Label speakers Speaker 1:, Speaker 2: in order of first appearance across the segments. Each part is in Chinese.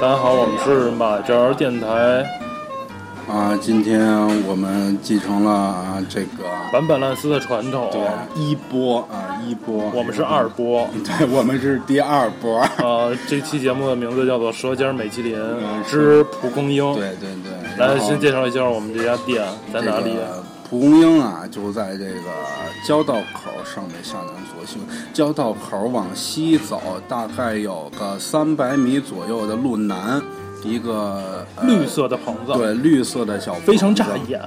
Speaker 1: 大家好，我们是马扎电台
Speaker 2: 啊，今天我们继承了啊这个
Speaker 1: 版本烂斯的传统。
Speaker 2: 对嗯一波啊一波，
Speaker 1: 我们是二波。
Speaker 2: 对，我们是第二 波。
Speaker 1: 呃，这期节目的名字叫做《舌尖美其林之蒲公英》。
Speaker 2: 嗯对对对，然
Speaker 1: 来，
Speaker 2: 后
Speaker 1: 先介绍一下我们这家店在哪里啊
Speaker 2: 这？个蒲公英啊，就在这个交道口上面向南左行，交道口往西走大概有个三百米左右的路南，一个、呃
Speaker 1: 绿色的棚子，
Speaker 2: 对嗯绿色的小
Speaker 1: 非常
Speaker 2: 房
Speaker 1: 扎
Speaker 2: 子，
Speaker 1: 眼。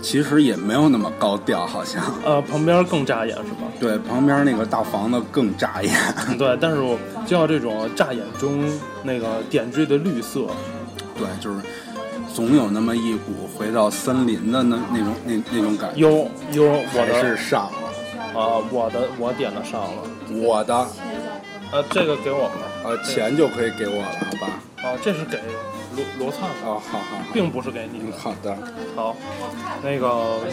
Speaker 2: 其实也没有那么高调，好像。
Speaker 1: 呃，旁边更扎眼是吧？
Speaker 2: 对，旁边那个大房子更扎眼。
Speaker 1: 对，但是我就要这种扎眼中那个点缀的绿色。
Speaker 2: 对，就是总有那么一股回到森林的那那种那那种感觉。
Speaker 1: 哟哟，我
Speaker 2: 还是
Speaker 1: 的
Speaker 2: 上了，
Speaker 1: 啊，我的我点的上了。
Speaker 2: 我的
Speaker 1: 呃，这个给我吧。
Speaker 2: 呃钱就可以给我了，好吧？
Speaker 1: 啊，这是给罗罗灿的，
Speaker 2: 哦，好好好，
Speaker 1: 并不是给你
Speaker 2: 嗯，
Speaker 1: 的。
Speaker 2: 好的，
Speaker 1: 好，那个，嗯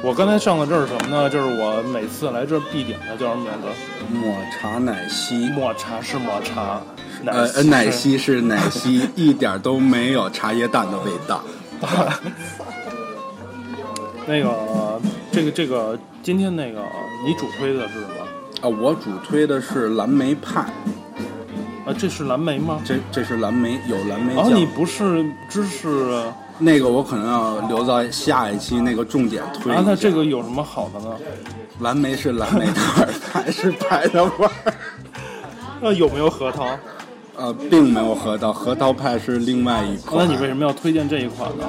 Speaker 1: 我刚才上的这是什么呢？就是我每次来这儿必点的叫什么名字？
Speaker 2: 抹茶奶昔。
Speaker 1: 抹茶是抹茶，奶
Speaker 2: 呃呃，
Speaker 1: 是
Speaker 2: 奶。昔是奶昔，一点都没有茶叶蛋的味道。
Speaker 1: 那个，这个这个，今天那个你主推的是什么？
Speaker 2: 啊、我主推的是蓝莓派，
Speaker 1: 啊，这是蓝莓吗？
Speaker 2: 这这是蓝莓，有蓝莓酱。
Speaker 1: 哦，你不是芝士啊？
Speaker 2: 那个我可能要留到下一期那个重点推一下。
Speaker 1: 啊那这个有什么好的呢？
Speaker 2: 蓝莓是蓝莓的味儿， 派是派的味儿。
Speaker 1: 那有没有核桃？
Speaker 2: 呃，并没有核桃，核桃派是另外一 款。
Speaker 1: 那你为什么要推荐这一款呢？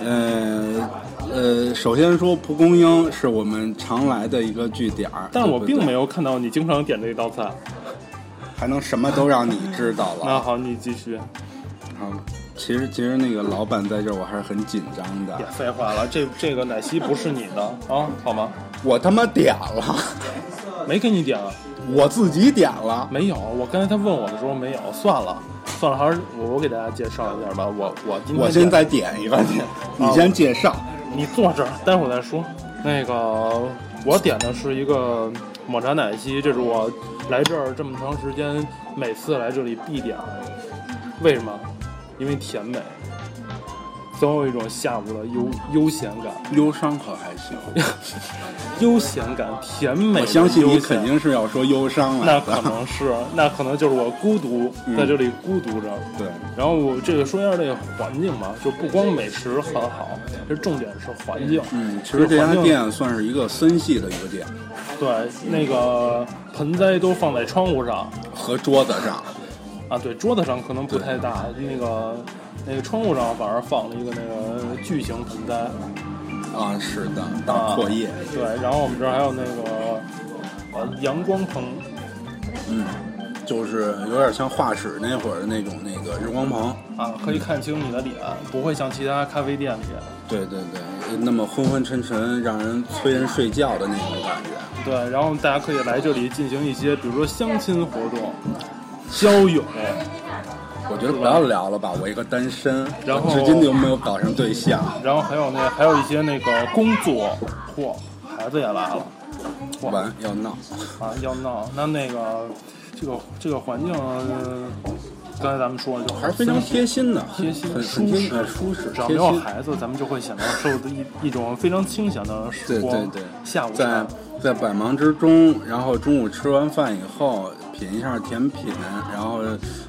Speaker 2: 呃呃，首先说蒲公英是我们常来的一个据点儿，
Speaker 1: 但是我并没
Speaker 2: 有
Speaker 1: 有看到你经常点这道菜。
Speaker 2: 哦还能什么都让你知道了
Speaker 1: 那好，你继续。
Speaker 2: 啊。其实其实那个老板在这儿我还是很紧张
Speaker 1: 别
Speaker 2: 的，
Speaker 1: 废话了，这这个奶昔不是你的啊，好吗？
Speaker 2: 我他妈点了，
Speaker 1: 没给你点啊，
Speaker 2: 我自己点了。
Speaker 1: 没有。我刚才他问我的时候没有，算了，算了，还是我我给大家介绍一下吧。我我今天
Speaker 2: 我现在点一个去，
Speaker 1: 哦
Speaker 2: 你先介绍。
Speaker 1: 你坐这儿，待会儿再说。那个我点的是一个抹茶奶昔，这是我来这儿这么长时间每次来这里必点的。为什么？因为甜美，总有一种下午的悠悠闲感，
Speaker 2: 忧伤可 还行？
Speaker 1: 悠闲感，甜美的悠闲。
Speaker 2: 我相信你肯定是要说忧伤
Speaker 1: 哎 那
Speaker 2: 来
Speaker 1: 可
Speaker 2: 的。
Speaker 1: 能是，那可能就是我孤独在这里孤独着。
Speaker 2: 对，
Speaker 1: 然后我这个说一下这个环境吧，就不光美食很好，这重点是环境。
Speaker 2: 嗯，其实这
Speaker 1: 环
Speaker 2: 家
Speaker 1: 境
Speaker 2: 店算是一个森系的一个店，
Speaker 1: 对那个盆栽都放在窗户上
Speaker 2: 和桌子上。
Speaker 1: 啊，对桌子上可能不太大，那个那个窗户上反而放了一个那个巨型盆栽。
Speaker 2: 啊，是的，大
Speaker 1: 啊
Speaker 2: 阔叶，
Speaker 1: 对，然后我们这儿还有那个呃阳光棚，
Speaker 2: 嗯，就是有点像画室那会儿的那种那个日光棚，
Speaker 1: 啊，可以看清你的脸，不会像其他咖啡店里。
Speaker 2: 对对对，呃那么昏昏沉沉，让人催人睡觉的那种感觉。
Speaker 1: 对，然后大家可以来这里进行一些，比如说相亲活动、交友，
Speaker 2: 我觉得不要聊了吧，我一个单身，
Speaker 1: 然后
Speaker 2: 我至今就没有搞上对象。
Speaker 1: 然后还有那还有一些那个工作，嚯，孩子也来了
Speaker 2: 完要闹，
Speaker 1: 啊，要闹那那个这个这个环境，呃刚才咱们说了，就
Speaker 2: 还是非常
Speaker 1: 很
Speaker 2: 贴心的，
Speaker 1: 贴
Speaker 2: 很
Speaker 1: 心、
Speaker 2: 很
Speaker 1: 舒
Speaker 2: 贴
Speaker 1: 适、
Speaker 2: 心、哎舒适、
Speaker 1: 只要没
Speaker 2: 贴
Speaker 1: 有
Speaker 2: 心。
Speaker 1: 孩子，咱们就会享受一一种非常清闲的时
Speaker 2: 对
Speaker 1: 光。
Speaker 2: 对对，
Speaker 1: 下午茶
Speaker 2: 在在百忙之中，然后中午吃完饭以后品一下甜品，然后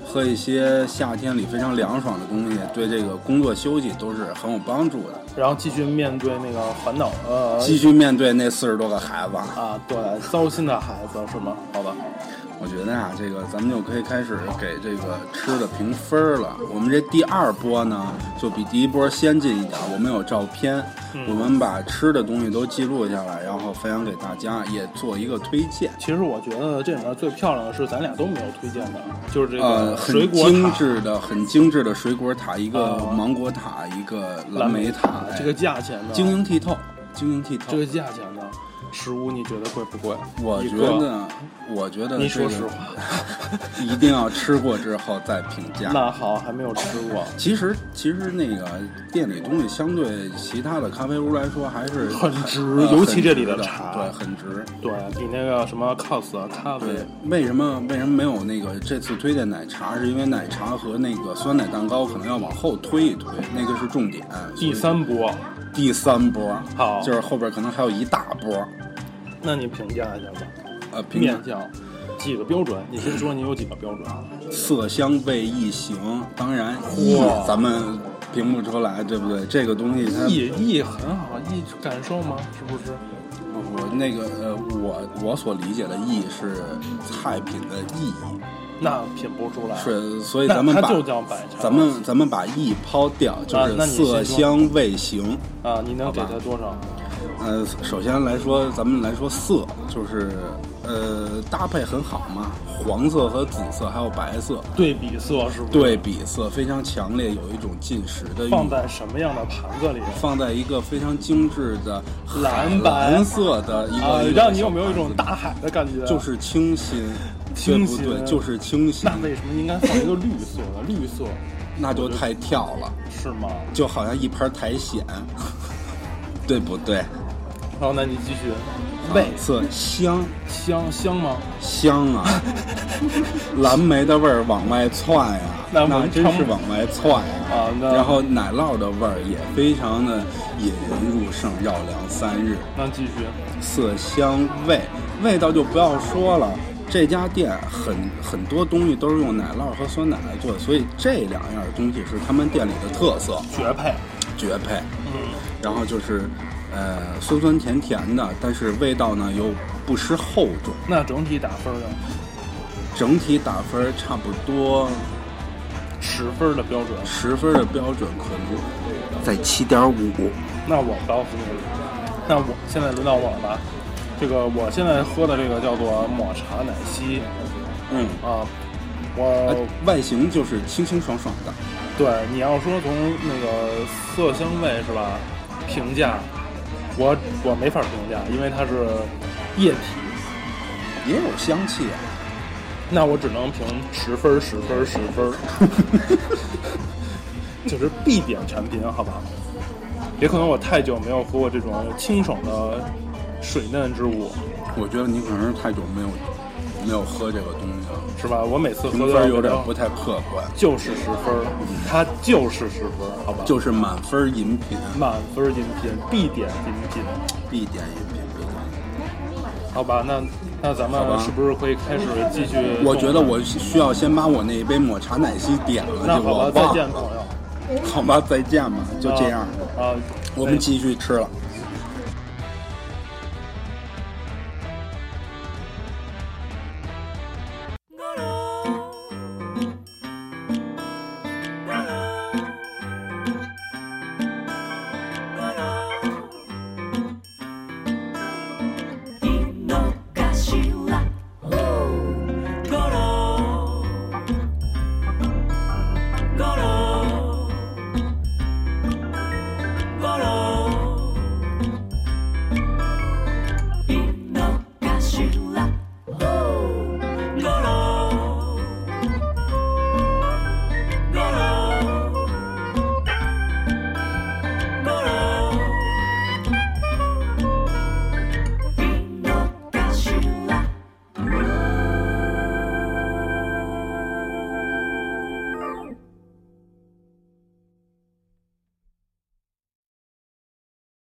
Speaker 2: 喝一些夏天里非常凉爽的东西，对这个工作休息都是很有帮助的。
Speaker 1: 然后继续面对那个烦恼，呃
Speaker 2: 继续面对那四十多个孩子，
Speaker 1: 啊，对，糟心的孩子是吗？好吧。
Speaker 2: 我觉得啊，这个咱们就可以开始给这个吃的评分了。我们这第二波呢，就比第一波先进一点。我们有照片，我们把吃的东西都记录下来，然后分享给大家，也做一个推荐。
Speaker 1: 其实我觉得这里面最漂亮的是咱俩都没有推荐的，就是这
Speaker 2: 呃，
Speaker 1: 个水
Speaker 2: 很
Speaker 1: 果塔
Speaker 2: 精致的、很精致的水果塔，一个
Speaker 1: 啊
Speaker 2: 芒果塔，一个哎
Speaker 1: 蓝
Speaker 2: 莓
Speaker 1: 塔，这个价钱呢？
Speaker 2: 晶莹剔透，晶莹剔透
Speaker 1: 这。个价钱呢？食物你觉得贵不贵？
Speaker 2: 我
Speaker 1: 一
Speaker 2: 觉
Speaker 1: 个
Speaker 2: 得，我觉得
Speaker 1: 你
Speaker 2: 这
Speaker 1: 说
Speaker 2: 个
Speaker 1: 实话，
Speaker 2: 一定要吃过之后再评价。
Speaker 1: 那好，还没有吃过，
Speaker 2: 其实其实那个店里东西相对其他的咖啡屋来说还是
Speaker 1: 很值
Speaker 2: 呃
Speaker 1: 尤其这里
Speaker 2: 很
Speaker 1: 的
Speaker 2: 值的
Speaker 1: 茶
Speaker 2: 对，很值。
Speaker 1: 对比那个什么 cos 啊咖啡
Speaker 2: 对，为什么为什么没有那个这次推荐奶茶？是因为奶茶和那个酸奶蛋糕可能要往后推一推，那个是重点。所以
Speaker 1: 第三波，
Speaker 2: 第三波，
Speaker 1: 好
Speaker 2: 就是后边可能还有一大波。
Speaker 1: 那你评价一下吧，
Speaker 2: 呃，评价
Speaker 1: 面向几个标准？你先说你有几个标准？啊
Speaker 2: 色香味异形，当然异
Speaker 1: 哇
Speaker 2: 咱们评不出来，对不对？这个东西它
Speaker 1: 意意很好，意感受吗？是不是？
Speaker 2: 我那个呃，我我所理解的意义是菜品的意义，
Speaker 1: 那品不出来，
Speaker 2: 是所以
Speaker 1: 那
Speaker 2: 咱们
Speaker 1: 它
Speaker 2: 把
Speaker 1: 就叫白茶。
Speaker 2: 咱们咱们把意抛掉，就
Speaker 1: 啊
Speaker 2: 是
Speaker 1: 那你先
Speaker 2: 色
Speaker 1: 说
Speaker 2: 香味形。
Speaker 1: 啊，你能给
Speaker 2: 好吧
Speaker 1: 它多少？
Speaker 2: 呃，首先来说，咱们来说色，就是呃搭配很好嘛，黄色和紫色还有白色，
Speaker 1: 对比色是不是？
Speaker 2: 对，比色非常强烈，有一种进食的欲
Speaker 1: 放
Speaker 2: 望。
Speaker 1: 在什么样的盘子里？
Speaker 2: 放在一个非常精致的海
Speaker 1: 蓝白
Speaker 2: 蓝色的一
Speaker 1: 啊
Speaker 2: 个，，一个
Speaker 1: 让你有
Speaker 2: 小
Speaker 1: 没有一
Speaker 2: 盘
Speaker 1: 种
Speaker 2: 子
Speaker 1: 大海的感觉？
Speaker 2: 就是清新，
Speaker 1: 清
Speaker 2: 对不对？
Speaker 1: 新
Speaker 2: 就是清新
Speaker 1: 那，为什么应该放一个绿色的？绿色
Speaker 2: 那就太跳了，
Speaker 1: 是吗？
Speaker 2: 就好像一盘苔藓， 对不对？啊
Speaker 1: 然后那你继续，味
Speaker 2: 色香
Speaker 1: 香香吗？
Speaker 2: 香 啊，蓝莓的味儿往外窜呀、
Speaker 1: 那
Speaker 2: 那
Speaker 1: 我们
Speaker 2: 真
Speaker 1: 尝
Speaker 2: 是往外窜呀、
Speaker 1: 啊那
Speaker 2: 然后奶酪的味儿也非常的引人入胜，绕梁三日。
Speaker 1: 那继续，
Speaker 2: 色香味，味道就不要说了。这家店很很多东西都是用奶酪和酸奶来做的，所以这两样东西是他们店里的特色
Speaker 1: 绝配。
Speaker 2: 绝配。
Speaker 1: 嗯，
Speaker 2: 然后就是，呃，酸酸甜甜的，但是味道呢又不失厚重。
Speaker 1: 那整体打分呢？
Speaker 2: 整体打分差不多
Speaker 1: 十分的标准。
Speaker 2: 十分的标准，可能在七点五。
Speaker 1: 那我告诉你，那我现在轮到我了吧？这个我现在喝的这个叫做抹茶奶昔
Speaker 2: 嗯，
Speaker 1: 啊，我
Speaker 2: 哎外形就是清清爽爽的。
Speaker 1: 对你要说从那个色香味是吧？评价，我我没法评价，因为它是液体。
Speaker 2: 也有香气啊。
Speaker 1: 那我只能评十分儿，十分儿，十分儿， 就是必点产品，好吧？也可能我太久没有喝过这种清爽的水嫩之物，
Speaker 2: 我觉得你可能是太久没有没有喝这个东西了，
Speaker 1: 是吧？我每次喝
Speaker 2: 评
Speaker 1: 都
Speaker 2: 分
Speaker 1: 要
Speaker 2: 有点
Speaker 1: 给它
Speaker 2: 不太客观，
Speaker 1: 就是十分儿，它就是十分儿，好吧？
Speaker 2: 就是满分饮品，
Speaker 1: 满分儿饮品，必点饮品，
Speaker 2: 必点饮品，必点饮品。
Speaker 1: 好吧？那那咱
Speaker 2: 好吧
Speaker 1: 们是不是可以开始继续？
Speaker 2: 我觉得我需要先把我那一杯抹茶奶昔点了，
Speaker 1: 那
Speaker 2: 就我
Speaker 1: 好吧，再
Speaker 2: 忘
Speaker 1: 见，朋
Speaker 2: 了。
Speaker 1: 友，
Speaker 2: 好吧，再见吧，就这样，
Speaker 1: 啊，
Speaker 2: 我们继续吃了。